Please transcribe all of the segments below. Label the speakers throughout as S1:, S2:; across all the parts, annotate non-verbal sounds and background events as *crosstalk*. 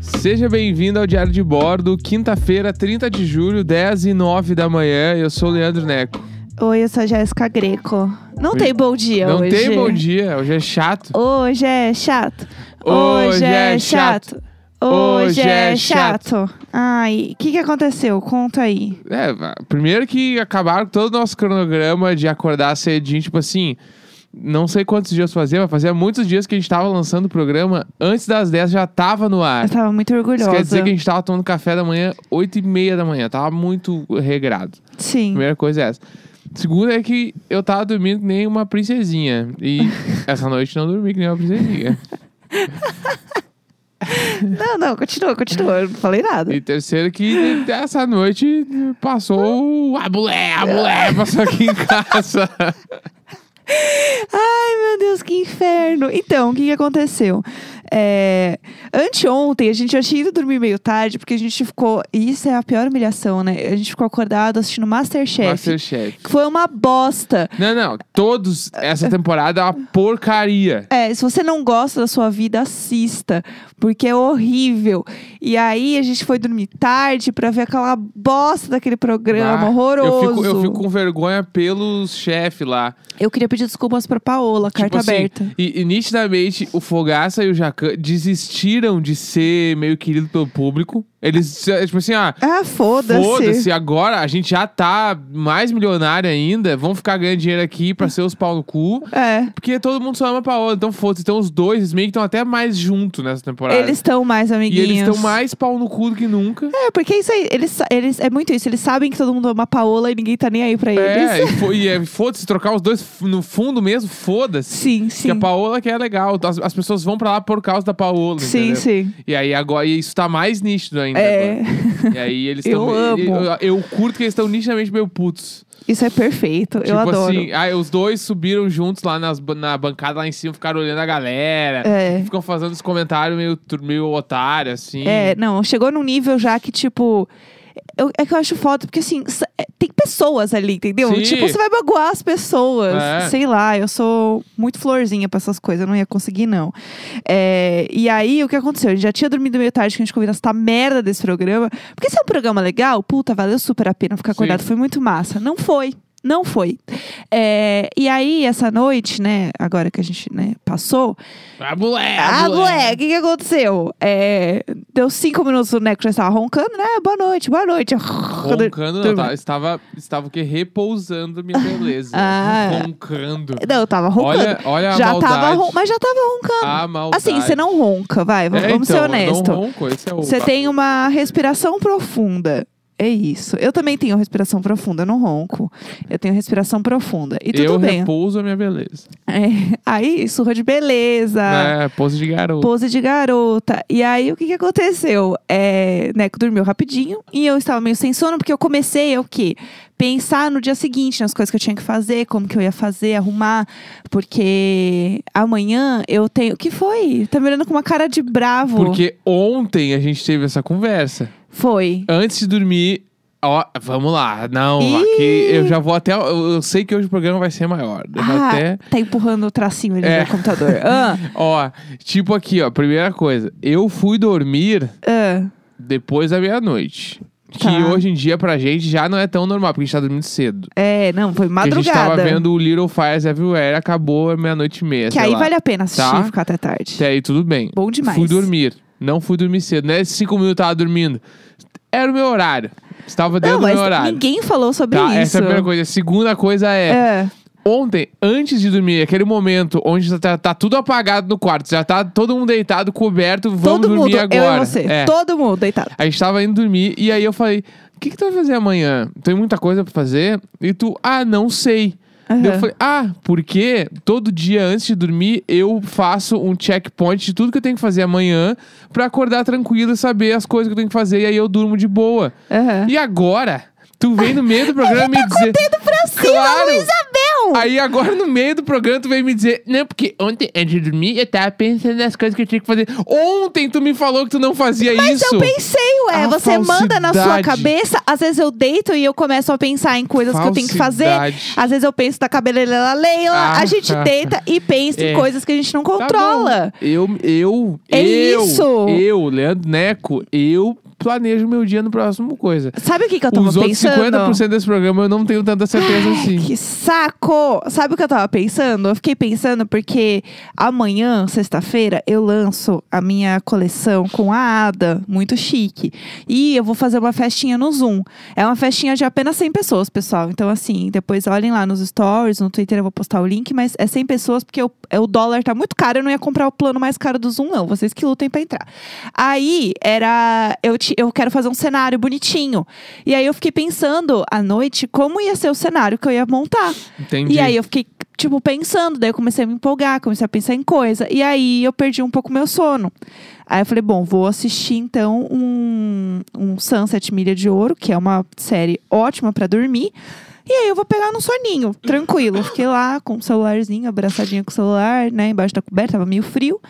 S1: Seja bem-vindo ao Diário de Bordo, quinta-feira, 30 de julho, 10 e 09 da manhã. Eu sou o Leandro Neco.
S2: Oi, eu sou a Jéssica Greco. Não
S1: Hoje-
S2: tem bom dia
S1: Não
S2: hoje.
S1: tem bom dia, hoje é chato.
S2: Hoje é chato.
S1: Hoje é
S2: Hoje é
S1: é
S2: chato. Ai, o que, que aconteceu? Conta aí.
S1: É, va- primeiro que acabaram com todo o nosso cronograma de acordar cedinho, tipo assim. Não sei quantos dias fazia, mas fazia muitos dias que a gente tava lançando o programa. Antes das 10 já tava no
S2: Eu
S1: ar.
S2: tava muito
S1: Isso
S2: orgulhosa.
S1: quer dizer que a gente tava tomando café da manhã, 8 e meia da manhã. Tava muito regrado.
S2: Sim.
S1: Primeira coisa é essa. Segunda é que eu tava dormindo que nem uma princesinha.
S2: *laughs*
S1: E essa noite não dormi que nem uma princesinha.
S2: Não, não, continua, continua. Eu não falei nada.
S1: E terceiro é que essa noite
S2: Ah.
S1: passou a mulher, a mulher passou aqui em
S2: *laughs*
S1: casa.
S2: Ai, meu Deus, que inferno. Então, o que, que aconteceu? É... Anteontem, a gente já tinha ido dormir meio tarde, porque a gente ficou. Isso é a pior humilhação, né? A gente ficou acordado assistindo Masterchef.
S1: Masterchef.
S2: Que foi uma bosta.
S1: Não, não. Todos, essa temporada é uma porcaria.
S2: É, se você não gosta da sua vida, assista, porque é horrível. E aí a gente foi dormir tarde pra ver aquela bosta daquele programa
S1: Ah,
S2: horroroso.
S1: Eu fico, eu fico com vergonha pelos chefes lá.
S2: Eu queria pedir desculpas pra Paola,
S1: tipo
S2: carta
S1: assim,
S2: aberta.
S1: E, e nitidamente, o Fogaça e o Jacan desistiram de ser meio querido pelo público. Eles, é, tipo assim, ah,
S2: Ah, foda-se.
S1: Foda-se, agora a gente já tá mais milionário ainda. Vamos ficar ganhando dinheiro aqui pra ser os pau no cu.
S2: É.
S1: Porque todo mundo só ama Paola, então foda-se. Então os dois eles meio que estão até mais juntos nessa temporada.
S2: Eles estão mais
S1: e
S2: amiguinhos.
S1: eles estão mais pau no cu do que nunca.
S2: É, porque isso aí, eles, sa- eles, é muito isso. Eles sabem que todo mundo ama a Paola e ninguém tá nem aí pra eles.
S1: É, e fo- e é, foda-se, trocar os dois f- no fundo mesmo, foda-se.
S2: Sim,
S1: Porque
S2: sim.
S1: a Paola que é legal. As, as pessoas vão pra lá por causa da Paola.
S2: Sim,
S1: entendeu?
S2: sim.
S1: E aí agora e isso tá mais nítido ainda.
S2: É.
S1: agora. E aí eles
S2: *laughs* Eu
S1: tão-
S2: amo.
S1: Eu, eu curto que eles estão nitidamente meio putos.
S2: Isso é perfeito.
S1: Tipo
S2: eu adoro.
S1: assim, aí os dois subiram juntos lá nas, ba- na bancada lá em cima, ficaram olhando a galera.
S2: É.
S1: Ficam fazendo os comentários meio, tru- meio otário, assim.
S2: É, não, chegou num nível já que, tipo. eu- é que eu acho foda, porque assim, s- é, tem pessoas ali, entendeu?
S1: Sim.
S2: Tipo, você vai magoar as pessoas.
S1: É.
S2: Sei lá, eu sou muito florzinha pra essas coisas, eu não ia conseguir, não. É, e aí, o que aconteceu? A gente já tinha dormido meio tarde que a gente convidou essa merda desse programa. Porque se é um programa legal, puta, valeu super a pena ficar
S1: Sim.
S2: acordado, foi muito massa. Não foi. Não foi. É, e aí, essa noite, né, agora que a gente né, passou,
S1: A mulher, a
S2: ah,
S1: mulher.
S2: moleque, o que, que aconteceu? É, deu cinco minutos, o Neco já estava roncando, né? Boa noite, boa noite.
S1: Roncando, não,
S2: Dormi-
S1: tá, estava, estava o quê? Repousando minha beleza.
S2: *laughs* Ah.
S1: Roncando.
S2: Não, eu tava roncando.
S1: Olha, olha a
S2: já
S1: maldade.
S2: tava ron- Mas já tava roncando.
S1: A maldade.
S2: assim, você não ronca, vai, v-
S1: É,
S2: vamos
S1: então, eu
S2: ser
S1: Não
S2: honesto.
S1: ronco, esse é o...
S2: Você tem uma respiração profunda. É isso. Eu também tenho respiração profunda, eu não ronco. Eu tenho respiração profunda. E tudo
S1: eu
S2: bem.
S1: repouso a minha beleza.
S2: É, Aí, surra de beleza.
S1: É, pose de garoto.
S2: Pose de garota. E aí, o que, que aconteceu? É, Neco dormiu rapidinho e eu estava meio sem sono, porque eu comecei a o quê? Pensar no dia seguinte, nas coisas que eu tinha que fazer, como que eu ia fazer, arrumar. Porque amanhã eu tenho. O que foi? Tá me olhando com uma cara de bravo.
S1: Porque ontem a gente teve essa conversa.
S2: Foi.
S1: antes de dormir, ó, vamos lá. Não,
S2: Ih!
S1: aqui eu já vou até. Eu, eu sei que hoje o programa vai ser maior. Eu vou
S2: Ah,
S1: até.
S2: tá empurrando o tracinho ali
S1: É.
S2: no
S1: *laughs*
S2: computador. Ah,
S1: Ó, tipo aqui, ó, primeira coisa. Eu fui dormir
S2: ah,
S1: depois da meia-noite.
S2: Tá.
S1: Que hoje em dia pra gente já não é tão normal, porque a gente tá dormindo cedo.
S2: é, não, foi
S1: Porque
S2: madrugada.
S1: A gente tava vendo o Little Fires Everywhere, acabou meia-noite e meia.
S2: que
S1: sei
S2: aí
S1: lá.
S2: vale a pena assistir
S1: Tá.
S2: e ficar até tarde.
S1: Até aí tudo bem.
S2: Bom demais.
S1: Fui dormir. Não fui dormir cedo. Não é cinco minutos eu tava dormindo. Era o meu horário. Estava dentro
S2: Não,
S1: do
S2: mas
S1: meu horário.
S2: ninguém falou sobre
S1: Tá,
S2: isso.
S1: essa é a primeira coisa. A segunda coisa é,
S2: É.
S1: ontem, antes de dormir, aquele momento onde tá, tá tudo apagado no quarto, já tá todo mundo deitado, coberto, vamos
S2: Todo
S1: dormir
S2: mundo,
S1: agora.
S2: eu e você.
S1: É.
S2: Todo mundo deitado.
S1: A gente tava indo dormir e aí eu falei: o que, que tu vai fazer amanhã? Tem muita coisa pra fazer? E tu, ah, não sei. Daí Eu
S2: Aham.
S1: falei, ah, porque todo dia antes de dormir eu faço um checkpoint de tudo que eu tenho que fazer amanhã pra acordar tranquilo e saber as coisas que eu tenho que fazer e aí eu durmo de boa.
S2: Aham. *laughs*
S1: E agora, tu vem no meio do programa me dizer.
S2: Dedo Tá pra cima,
S1: Claro.
S2: Luísa Bel! Não!
S1: Aí agora no meio do programa tu vem me dizer, não, porque ontem antes de dormir eu tava pensando nas coisas que eu tinha que fazer. Ontem tu me falou que tu não fazia
S2: Mas
S1: isso.
S2: eu pensei, ué.
S1: A
S2: você manda na sua
S1: falsidade.
S2: cabeça. Às vezes eu deito e eu começo a pensar em coisas que eu tenho que fazer.
S1: Falsidade.
S2: Às vezes eu penso na cabeleireira Leila.
S1: Ah.
S2: A gente deita e pensa em
S1: *laughs* É.
S2: coisas que a gente não
S1: Tá
S2: controla.
S1: bom. eu, eu,
S2: É
S1: eu,
S2: isso.
S1: eu, Leandro Neco, eu planejo meu dia no próximo coisa.
S2: Sabe o que, que eu tava
S1: Os outros
S2: pensando?
S1: 50% desse programa eu não tenho tanta certeza
S2: Ai,
S1: assim.
S2: Que saco! Sabe o que eu tava pensando? Eu fiquei pensando porque amanhã, sexta-feira, eu lanço a minha coleção com a Ada, muito chique. E eu vou fazer uma festinha no Zoom. É uma festinha de apenas 100 pessoas, pessoal. Então, assim, depois olhem lá nos stories, no Twitter eu vou postar o link, mas é 100 pessoas porque eu- é, o dólar tá muito caro, eu não ia comprar o plano mais caro do Zoom, não. Vocês que lutem pra entrar. Aí era. Eu, ti- eu quero fazer um cenário bonitinho. E aí eu fiquei pensando à noite como ia ser o cenário que eu ia montar.
S1: Entendi.
S2: E aí eu fiquei, tipo, pensando, daí eu comecei a me empolgar, comecei a pensar em coisa. E aí eu perdi um pouco meu sono. Aí eu falei, bom, vou assistir então um, um Sunset Milha de Ouro, que é uma série ótima pra dormir. E aí eu vou pegar no soninho, tranquilo. Eu Fiquei lá com o celularzinho, abraçadinha com o celular, né? Embaixo da coberta, tava meio frio.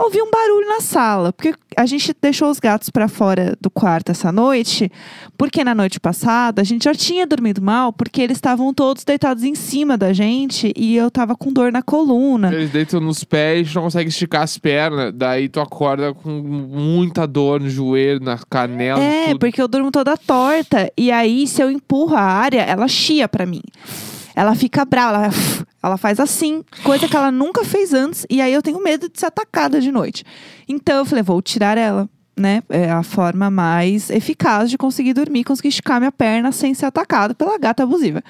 S2: Ouvi um barulho na sala, porque a gente deixou os gatos pra fora do quarto essa noite, porque na noite passada a gente já tinha dormido mal, porque eles estavam todos deitados em cima da gente e eu tava com dor na coluna.
S1: Eles deitam nos pés, tu não consegue esticar as pernas. Daí tu acorda com muita dor no joelho, na canela.
S2: É,
S1: tudo.
S2: porque eu durmo toda torta. E aí, se eu empurro a área, ela chia pra mim. Ela fica brava, ela, ela faz assim, coisa que ela nunca fez antes. E aí eu tenho medo de ser atacada de noite. Então eu falei, vou tirar ela. Né? É a forma mais eficaz de conseguir dormir, conseguir esticar minha perna sem ser atacada pela gata abusiva.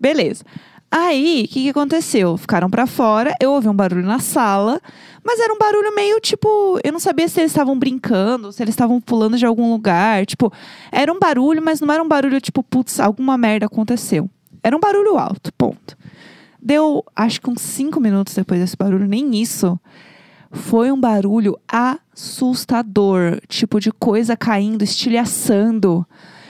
S2: Beleza. Aí, o que, que aconteceu? Ficaram pra fora, eu ouvi um barulho na sala, mas era um barulho meio tipo. Eu não sabia se eles estavam brincando, se eles estavam pulando de algum lugar. Tipo, era um barulho, mas não era um barulho tipo, putz, alguma merda aconteceu. Era um barulho alto, ponto. Deu, acho que uns cinco minutos depois desse barulho, nem isso. Foi um barulho assustador, tipo de coisa caindo, estilhaçando.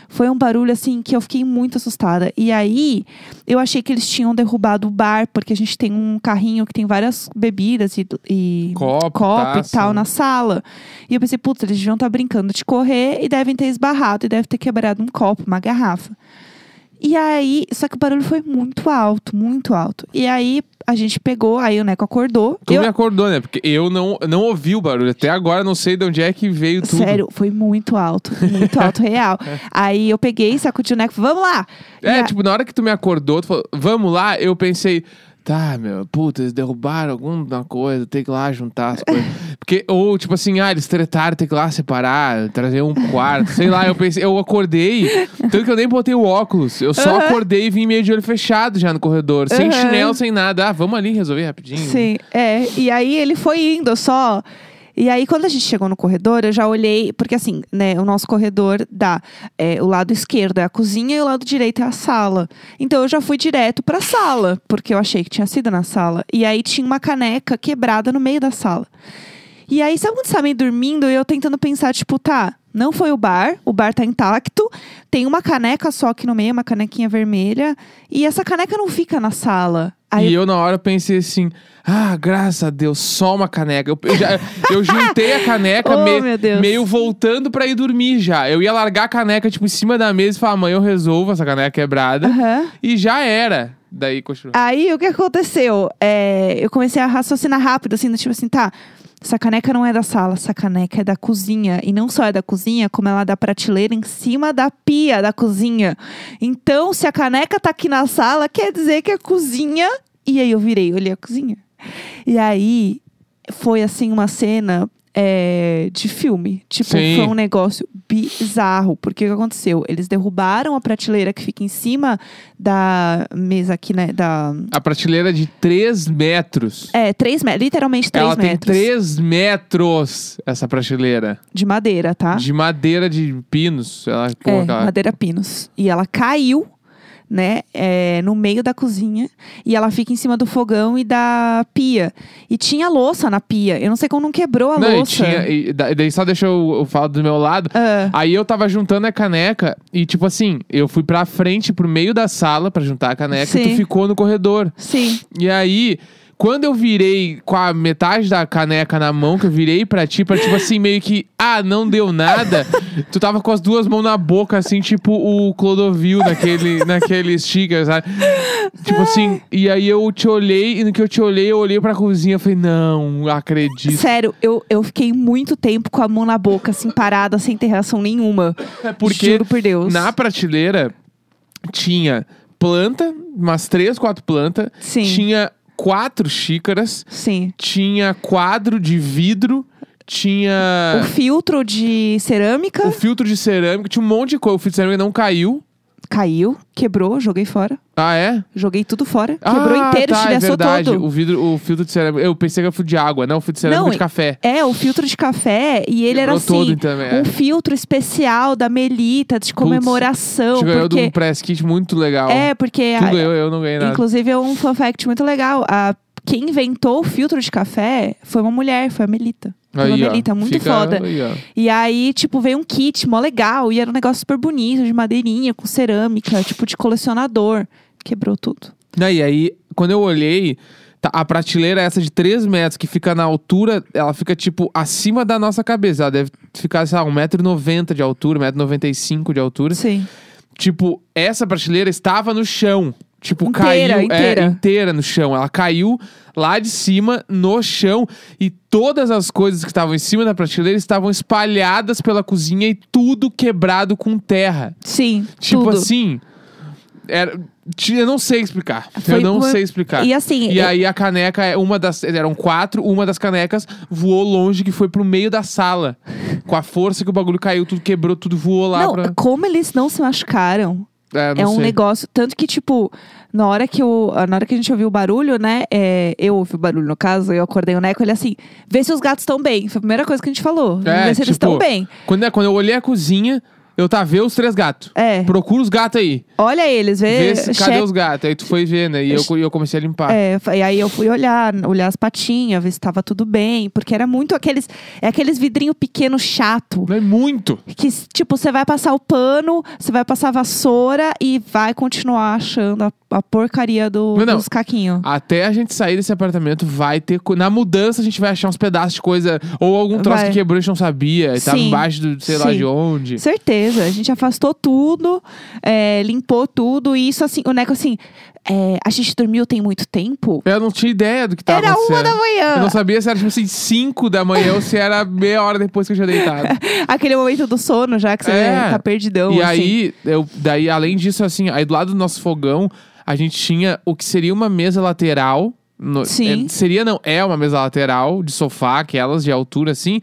S2: Foi um barulho assim que eu fiquei muito assustada. E aí, eu achei que eles tinham derrubado o bar, porque a gente tem um carrinho que tem várias bebidas e, e
S1: Copo,
S2: copo e
S1: taça.
S2: tal na sala. E eu pensei, putz, eles deviam estar brincando de correr e devem ter esbarrado e deve ter quebrado um copo, uma garrafa. E aí, só que o barulho foi muito alto, muito alto. E aí a gente pegou, aí o Neco acordou.
S1: Tu
S2: eu,
S1: me acordou, né? Porque eu não, não ouvi o barulho. Até agora não sei de onde é que veio tudo.
S2: Sério, foi muito alto, muito alto, *laughs* real. Aí eu peguei, sacudi o Neco, vamos lá! E
S1: É,
S2: a-
S1: tipo, na hora que tu me acordou, tu falou, vamos lá, eu pensei, tá, meu, puta, eles derrubaram alguma coisa, tem que ir lá juntar as
S2: *laughs*
S1: coisas. Porque, ou, tipo assim, ah, eles tretaram, tem que ir lá separar, trazer um quarto, sei lá, eu pensei, eu acordei, tanto que eu nem botei o óculos, eu só
S2: Aham.
S1: acordei e vim meio de olho fechado já no corredor, sem
S2: Aham.
S1: chinelo, sem nada. Ah, vamos ali resolver rapidinho.
S2: Sim, é. E aí ele foi indo só. E aí, quando a gente chegou no corredor, eu já olhei, porque assim, né, o nosso corredor dá é, o lado esquerdo é a cozinha e o lado direito é a sala. Então eu já fui direto pra sala, porque eu achei que tinha sido na sala. E aí tinha uma caneca quebrada no meio da sala. E aí, sabe quando você tá meio dormindo e eu tentando pensar, tipo, tá, não foi o bar, o bar tá intacto, tem uma caneca só aqui no meio, uma canequinha vermelha, e essa caneca não fica na sala. Aí
S1: E eu na hora pensei assim, ah, graças a Deus, só uma caneca. Eu, eu já- eu juntei a caneca
S2: *laughs* Oh, meu Deus.
S1: meio voltando pra ir dormir já. Eu ia largar a caneca, tipo, em cima da mesa e falar, amanhã eu resolvo essa caneca quebrada.
S2: Aham.
S1: E já era. Daí continuou.
S2: Aí o que aconteceu? É, eu comecei a raciocinar rápido, assim, do tipo assim, tá. Essa caneca não é da sala, essa caneca é da cozinha. E não só é da cozinha, como ela é da prateleira em cima da pia da cozinha. Então, se a caneca tá aqui na sala, quer dizer que a cozinha. E aí eu virei, olhei a cozinha. E aí foi assim uma cena é, de filme. Tipo,
S1: Sim.
S2: foi um negócio bizarro. Porque o que aconteceu? Eles derrubaram a prateleira que fica em cima da mesa aqui, né? Da,
S1: A prateleira de 3 metros.
S2: é, três metros, literalmente três
S1: Ela
S2: metros.
S1: tem 3 metros, essa prateleira.
S2: De madeira, tá?
S1: De madeira de pinos. Ela, pô,
S2: é,
S1: aquela-
S2: madeira pinos. E ela caiu né? é, no meio da cozinha. E ela fica em cima do fogão e da pia. E tinha louça na pia. Eu não sei como não quebrou a
S1: não, e
S2: é louça.
S1: tinha. E, da- e daí só deixa eu, eu falar do meu lado.
S2: Ah.
S1: Aí eu tava juntando a caneca e, tipo assim, eu fui pra frente, pro meio da sala pra juntar a caneca e
S2: Sim.
S1: tu ficou no corredor.
S2: Sim.
S1: E aí, quando eu virei com a metade da caneca na mão, que eu virei pra ti, pra tipo assim, meio que, ah, não deu nada, tu tava com as duas mãos na boca, assim, tipo o Clodovil naquele, naquele sticker, sabe? Tipo assim, e aí eu te olhei, e no que eu te olhei, eu olhei pra cozinha e falei, não, acredito.
S2: Sério, eu, eu fiquei muito tempo com a mão na boca, assim, parada, sem ter reação nenhuma.
S1: É porque
S2: Juro por Deus.
S1: na prateleira tinha planta, umas três, quatro plantas,
S2: Sim.
S1: tinha quatro xícaras,
S2: Sim.
S1: tinha quadro de vidro,
S2: O
S1: tinha
S2: filtro de cerâmica
S1: o filtro de cerâmica, tinha um monte de coisa. O filtro de cerâmica não caiu.
S2: caiu, quebrou, joguei fora.
S1: Ah, é?
S2: Joguei tudo fora. Quebrou
S1: ah,
S2: inteiro,
S1: tá, é
S2: estilhaçou
S1: verdade.
S2: todo.
S1: O, vidro, o filtro de cerâmica. Eu pensei que era filtro de água, não. O filtro de cerâmica
S2: Não,
S1: de café.
S2: É, o filtro de café, e ele era
S1: Quebrou todo,
S2: assim,
S1: então, é.
S2: um filtro especial da Melita, de comemoração.
S1: Te ganhou de um
S2: porque...
S1: press kit muito legal.
S2: É, porque...
S1: tu
S2: a-
S1: ganhou, eu não ganhei nada.
S2: Inclusive, é um fun fact muito legal. A, quem inventou o filtro de café foi uma mulher, foi a Melita. Foi
S1: Aí,
S2: uma
S1: ó,
S2: Melita, muito
S1: fica
S2: foda.
S1: aí, ó.
S2: E aí, tipo, veio um kit mó legal. E era um negócio super bonito, de madeirinha, com cerâmica, tipo, de colecionador. Quebrou tudo.
S1: Não, Né, E aí, quando eu olhei, tá, a prateleira essa de 3 metros, que fica na altura, ela fica, tipo, acima da nossa cabeça. Ela deve ficar, sei lá, 1,90m de altura, 1,95m de altura.
S2: Sim.
S1: Tipo, essa prateleira estava no chão. Tipo,
S2: Inteira,
S1: caiu
S2: inteira.
S1: É, inteira no chão. Ela caiu lá de cima, no chão. E todas as coisas que estavam em cima da prateleira estavam espalhadas pela cozinha e tudo quebrado com terra.
S2: Sim.
S1: Tipo
S2: tudo.
S1: assim. Era, ti- eu não sei explicar.
S2: Foi
S1: eu não
S2: uma-
S1: sei explicar.
S2: E assim,
S1: E
S2: é-
S1: aí a caneca é uma das. Eram quatro, uma das canecas voou longe, que foi pro meio da sala. Com a força que o bagulho caiu, tudo quebrou, tudo voou lá
S2: não,
S1: pra.
S2: como eles não se machucaram,
S1: É, não
S2: é um
S1: sei.
S2: negócio. Tanto que, tipo, na hora que, eu, na hora que a gente ouviu o barulho, né? é, eu ouvi o barulho, no caso, eu acordei o Neco, ele assim, vê se os gatos estão bem. Foi a primeira coisa que a gente falou. Vamos
S1: É,
S2: ver se eles
S1: tipo,
S2: estão bem.
S1: Quando, é- quando eu olhei a cozinha, eu tá vendo os três gatos.
S2: É.
S1: Procura os gatos aí.
S2: Olha eles, vê.
S1: Vê se,
S2: checa
S1: cadê os gatos? Aí tu foi ver, né? E eu, e eu comecei a limpar.
S2: É, fa- e aí eu fui olhar, olhar as patinhas, ver se tava tudo bem, porque era muito aqueles, é aqueles vidrinho pequeno chato,
S1: É muito.
S2: que s- tipo, você vai passar o pano, você vai passar a vassoura e vai continuar achando a, a porcaria do,
S1: Não, não.
S2: dos caquinhos.
S1: Até a gente sair desse apartamento, vai ter. co- Na mudança, a gente vai achar uns pedaços de coisa. Ou algum troço
S2: Vai.
S1: que quebrou e a gente não sabia. E tava
S2: Sim.
S1: embaixo do sei lá
S2: Sim.
S1: de onde.
S2: Certeza, a gente afastou tudo, é, limpou tudo, e isso assim, o Neco assim, é, a gente dormiu tem muito tempo?
S1: Eu não tinha ideia do que tava
S2: Era uma
S1: acontecendo.
S2: da manhã!
S1: Tá, é. Eu não sabia se era tipo assim, 5 da manhã ou se era meia hora depois que eu já deitado.
S2: Aquele momento do sono, já que você
S1: É.
S2: tá perdidão.
S1: e
S2: assim.
S1: aí, eu, daí, além disso, assim, aí do lado do nosso fogão, a gente tinha o que seria uma mesa lateral. no-
S2: Sim.
S1: é, seria, não, é uma mesa lateral de sofá, aquelas de altura, assim.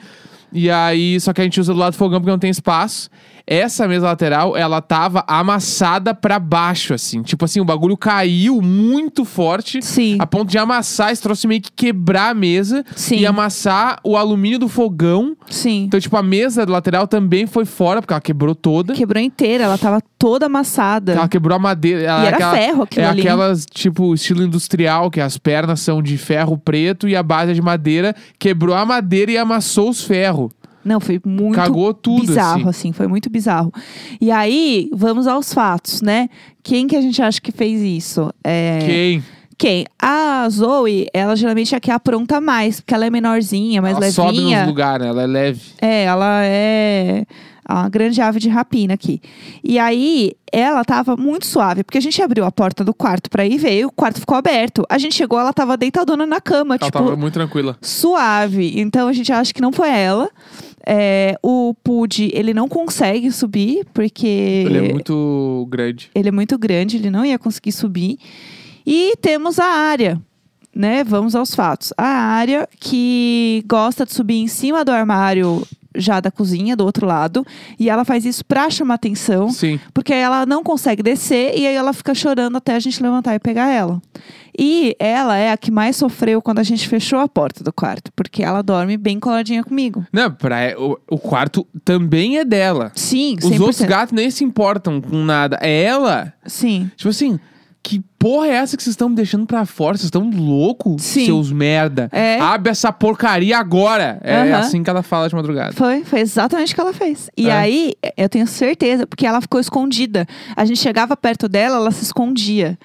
S1: E aí, só que a gente usa do lado do fogão porque não tem espaço. Essa mesa lateral, ela tava amassada pra baixo, assim. Tipo assim, o bagulho caiu muito forte.
S2: Sim.
S1: A ponto de amassar esse troço meio que quebrar a mesa.
S2: Sim.
S1: E amassar o alumínio do fogão.
S2: Sim.
S1: Então, tipo, a mesa lateral também foi fora, porque ela quebrou toda.
S2: Quebrou inteira, ela tava toda amassada.
S1: Ela quebrou a madeira. Ela
S2: E
S1: é
S2: era
S1: aquela-
S2: ferro aquilo
S1: É
S2: ali.
S1: aquelas, tipo, estilo industrial, que as pernas são de ferro preto e a base é de madeira. Quebrou a madeira e amassou os ferros.
S2: Não, foi muito
S1: Cagou tudo,
S2: bizarro,
S1: assim.
S2: assim. foi muito bizarro. E aí, vamos aos fatos, né? Quem que a gente acha que fez isso? É...
S1: Quem?
S2: Quem? A Zoe, ela geralmente é que apronta mais, porque ela é menorzinha, mais
S1: ela sobe
S2: levinha.
S1: nos lugares, né? Ela é leve.
S2: É, ela é a grande ave de rapina aqui. E aí, ela tava muito suave, porque a gente abriu a porta do quarto pra ir ver, e o quarto ficou aberto. A gente chegou, ela tava deitadona na cama,
S1: Ela
S2: tipo,
S1: tava muito tranquila.
S2: suave. Então a gente acha que não foi ela. É, o Pud, ele não consegue subir, porque
S1: Ele é muito grande.
S2: ele é muito grande, ele não ia conseguir subir. E temos a área, né? Vamos aos fatos. A área que gosta de subir em cima do armário já da cozinha, do outro lado. E ela faz isso pra chamar atenção.
S1: Sim.
S2: Porque aí ela não consegue descer e aí ela fica chorando até a gente levantar e pegar ela. E ela é a que mais sofreu quando a gente fechou a porta do quarto, porque ela dorme bem coladinha comigo.
S1: Não, pra, o, o quarto também é dela.
S2: Sim, 100%.
S1: Os outros gatos nem se importam com nada. É ela.
S2: Sim.
S1: Tipo assim, que porra é essa que vocês estão me deixando pra fora? Vocês estão loucos,
S2: Sim.
S1: seus merda.
S2: É.
S1: Abre essa porcaria agora. É
S2: Aham.
S1: assim que ela fala de madrugada.
S2: Foi, foi exatamente o que ela fez. E
S1: É.
S2: aí, eu tenho certeza, porque ela ficou escondida. A gente chegava perto dela, ela se escondia.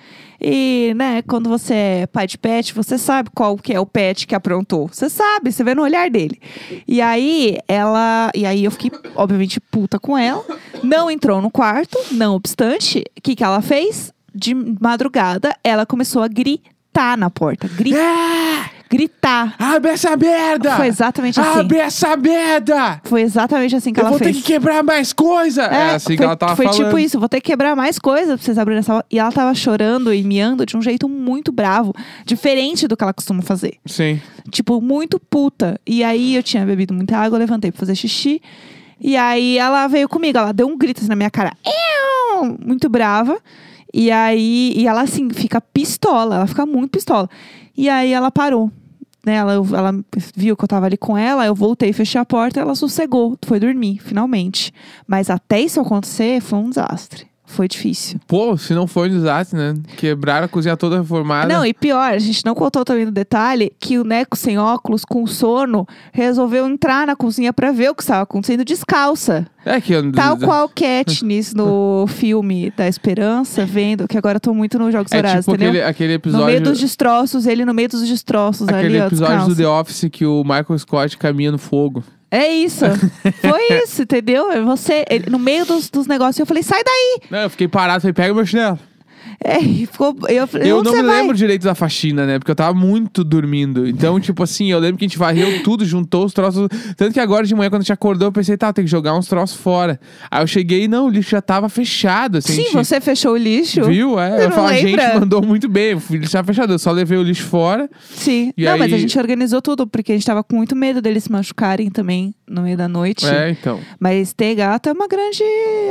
S2: E, né, quando você é pai de pet, você sabe qual que é o pet que aprontou. Você sabe, você vê no olhar dele. E aí, ela... E aí, eu fiquei, obviamente, puta com ela. Não entrou no quarto, não obstante. O que, que ela fez? De madrugada, ela começou a gritar na porta. Gri-
S1: É!
S2: Gritar.
S1: Abre essa merda!
S2: Foi exatamente assim.
S1: Abre essa merda!
S2: Foi exatamente assim que
S1: Ah, Eu
S2: ela
S1: vou
S2: fez.
S1: ter que quebrar mais coisa! É, assim
S2: foi,
S1: que ela tava
S2: foi
S1: falando.
S2: tipo isso, vou ter que quebrar mais coisa pra vocês abrirem essa... E ela tava chorando e miando de um jeito muito bravo. Diferente do que ela costuma fazer.
S1: Sim.
S2: Tipo, muito puta. E aí eu tinha bebido muita água, eu levantei pra fazer xixi. E aí ela veio comigo, ela deu um grito assim na minha cara. "Eu!" Muito brava. E aí, e ela assim, fica pistola, ela fica muito pistola. E aí ela parou. Né, ela, ela viu que eu tava ali com ela, eu voltei, fechei a porta, ela sossegou, foi dormir, finalmente. Mas até isso acontecer, foi um desastre. Foi difícil.
S1: Pô, se não foi um desastre, né? Quebraram a cozinha toda reformada.
S2: Não, e pior, a gente não contou também no detalhe que o Neco sem óculos, com sono, resolveu entrar na cozinha pra ver o que estava acontecendo descalça.
S1: É que eu...
S2: Tal qual Katniss
S1: *laughs*
S2: no filme da Esperança, vendo, que agora eu tô muito nos Jogos
S1: É
S2: Horários,
S1: tipo
S2: entendeu?
S1: aquele, aquele
S2: No
S1: episódio...
S2: meio dos destroços, ele no meio dos destroços
S1: Aquele
S2: ali, ó,
S1: episódio
S2: descalço.
S1: do The Office que o Michael Scott caminha no fogo.
S2: É
S1: *laughs*
S2: isso. Foi isso, entendeu? É Você, ele- no meio dos, dos negócios, eu falei, sai daí!
S1: Não, eu fiquei parado, falei, pega meu chinelo.
S2: É, e ficou, eu falei,
S1: Eu
S2: onde
S1: não
S2: você
S1: me
S2: vai?
S1: lembro direito da faxina, né? Porque eu tava muito dormindo.
S2: *laughs*
S1: Então, tipo assim, eu lembro que a gente varreu tudo, juntou os troços. Tanto que agora de manhã, quando a gente acordou, eu pensei, tá, tem que jogar uns troços fora. Aí eu cheguei e não, o lixo já tava fechado. Assim, a
S2: Sim,
S1: gente
S2: você fechou o lixo.
S1: Viu? É,
S2: Você
S1: eu
S2: não
S1: falo, a gente
S2: lembra?
S1: mandou muito bem. O lixo tava fechado. Eu só levei o lixo fora.
S2: Sim.
S1: E
S2: não,
S1: aí-
S2: mas a gente organizou tudo, porque a gente tava com muito medo deles se machucarem também no meio da noite.
S1: É, então.
S2: Mas ter gato é uma grande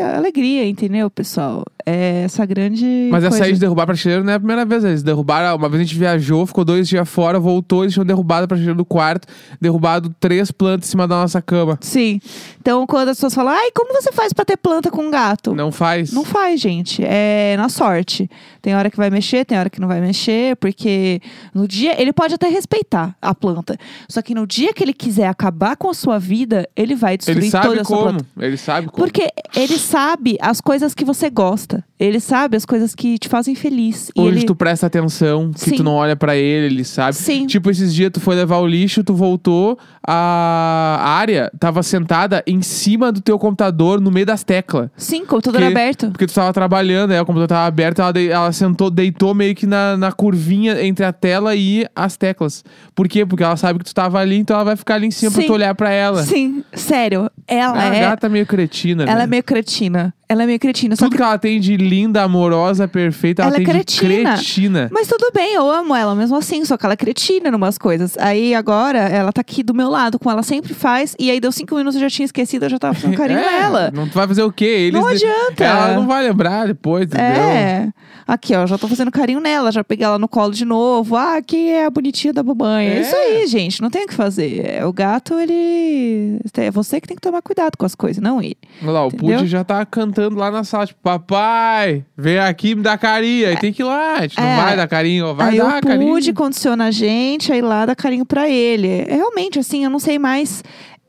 S2: alegria, entendeu, pessoal? É essa grande.
S1: Mas
S2: coisa.
S1: essa aí de derrubar a prateleira não é a primeira vez. né? Eles derrubaram. Uma vez a gente viajou, ficou dois dias fora, voltou, eles tinham derrubado a prateleira do quarto, derrubado três plantas em cima da nossa cama.
S2: Sim. Então, quando as pessoas falam, ai, como você faz pra ter planta com gato?
S1: Não faz.
S2: Não faz, gente. É na sorte. Tem hora que vai mexer, tem hora que não vai mexer, porque no dia. Ele pode até respeitar a planta. Só que no dia que ele quiser acabar com a sua vida, ele vai destruir
S1: Ele
S2: toda
S1: sabe
S2: a sua planta.
S1: como. Ele sabe como.
S2: Porque ele sabe as coisas que você gosta. Ele sabe as coisas que te fazem feliz. E
S1: Hoje
S2: ele...
S1: tu presta atenção, que
S2: Sim.
S1: tu não olha pra ele, ele sabe.
S2: Sim.
S1: Tipo, esses dias tu foi levar o lixo, tu voltou, a área tava sentada em cima do teu computador, no meio das teclas.
S2: Sim, computador
S1: Porque-
S2: aberto.
S1: Porque tu tava trabalhando, aí o computador tava aberto, ela, dei- ela sentou, deitou meio que na, na curvinha entre a tela e as teclas. Por quê? Porque ela sabe que tu tava ali, então ela vai ficar ali em cima pra
S2: Sim.
S1: tu olhar pra ela.
S2: Sim, sério. Ela
S1: Ah, A
S2: é.
S1: gata meio cretina.
S2: Ela
S1: né?
S2: é meio cretina. Ela é meio cretina. Só
S1: Tudo que ela tem de linda, amorosa, perfeita, ela,
S2: Ela é
S1: tem
S2: cretina.
S1: de cretina.
S2: Mas tudo bem, eu amo ela mesmo assim, só que ela é cretina em umas coisas. Aí agora ela tá aqui do meu lado, como ela sempre faz, e aí deu cinco minutos, eu já tinha esquecido, eu já tava fazendo
S1: *laughs*
S2: carinho
S1: É,
S2: nela.
S1: Não tu vai fazer o quê? Eles
S2: Não adianta.
S1: Ela não vai lembrar depois, entendeu?
S2: É. Aqui, ó, já tô fazendo carinho nela, já peguei ela no colo de novo. Ah, aqui é a bonitinha da mamãe. É,
S1: É.
S2: isso aí, gente, não tem o que fazer. É, O gato, ele. É você que tem que tomar cuidado com as coisas, não ele.
S1: Olha lá, o
S2: Entendeu?
S1: Pud já tá cantando lá na sala, tipo, papai, vem aqui me dá carinho. Aí tem que ir lá, a gente
S2: É.
S1: não vai dar carinho, ó, vai
S2: aí
S1: dar
S2: o
S1: carinho.
S2: Pude condiciona a gente, aí lá dá carinho pra ele. É realmente assim, eu não sei mais.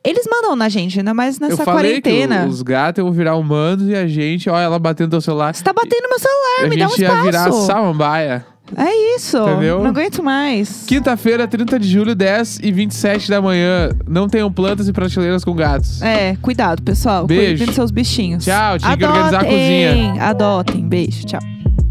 S2: Eles mandam na gente, ainda mais nessa
S1: Eu falei
S2: quarentena.
S1: que o- os gatos iam virar humanos e a gente, olha ela batendo no teu celular.
S2: Você tá batendo no meu celular,
S1: a
S2: me dá um
S1: gente ia virar
S2: espaço.
S1: samambaia.
S2: É isso.
S1: Entendeu?
S2: Não aguento mais.
S1: Quinta-feira, 30 de julho, 10 e 27 da manhã. Não tenham plantas e prateleiras com gatos.
S2: É, cuidado, pessoal.
S1: Beijo.
S2: Cuidem dos seus bichinhos.
S1: Tchau, tinha que organizar a
S2: Adotem,
S1: cozinha.
S2: Adotem. Beijo, tchau.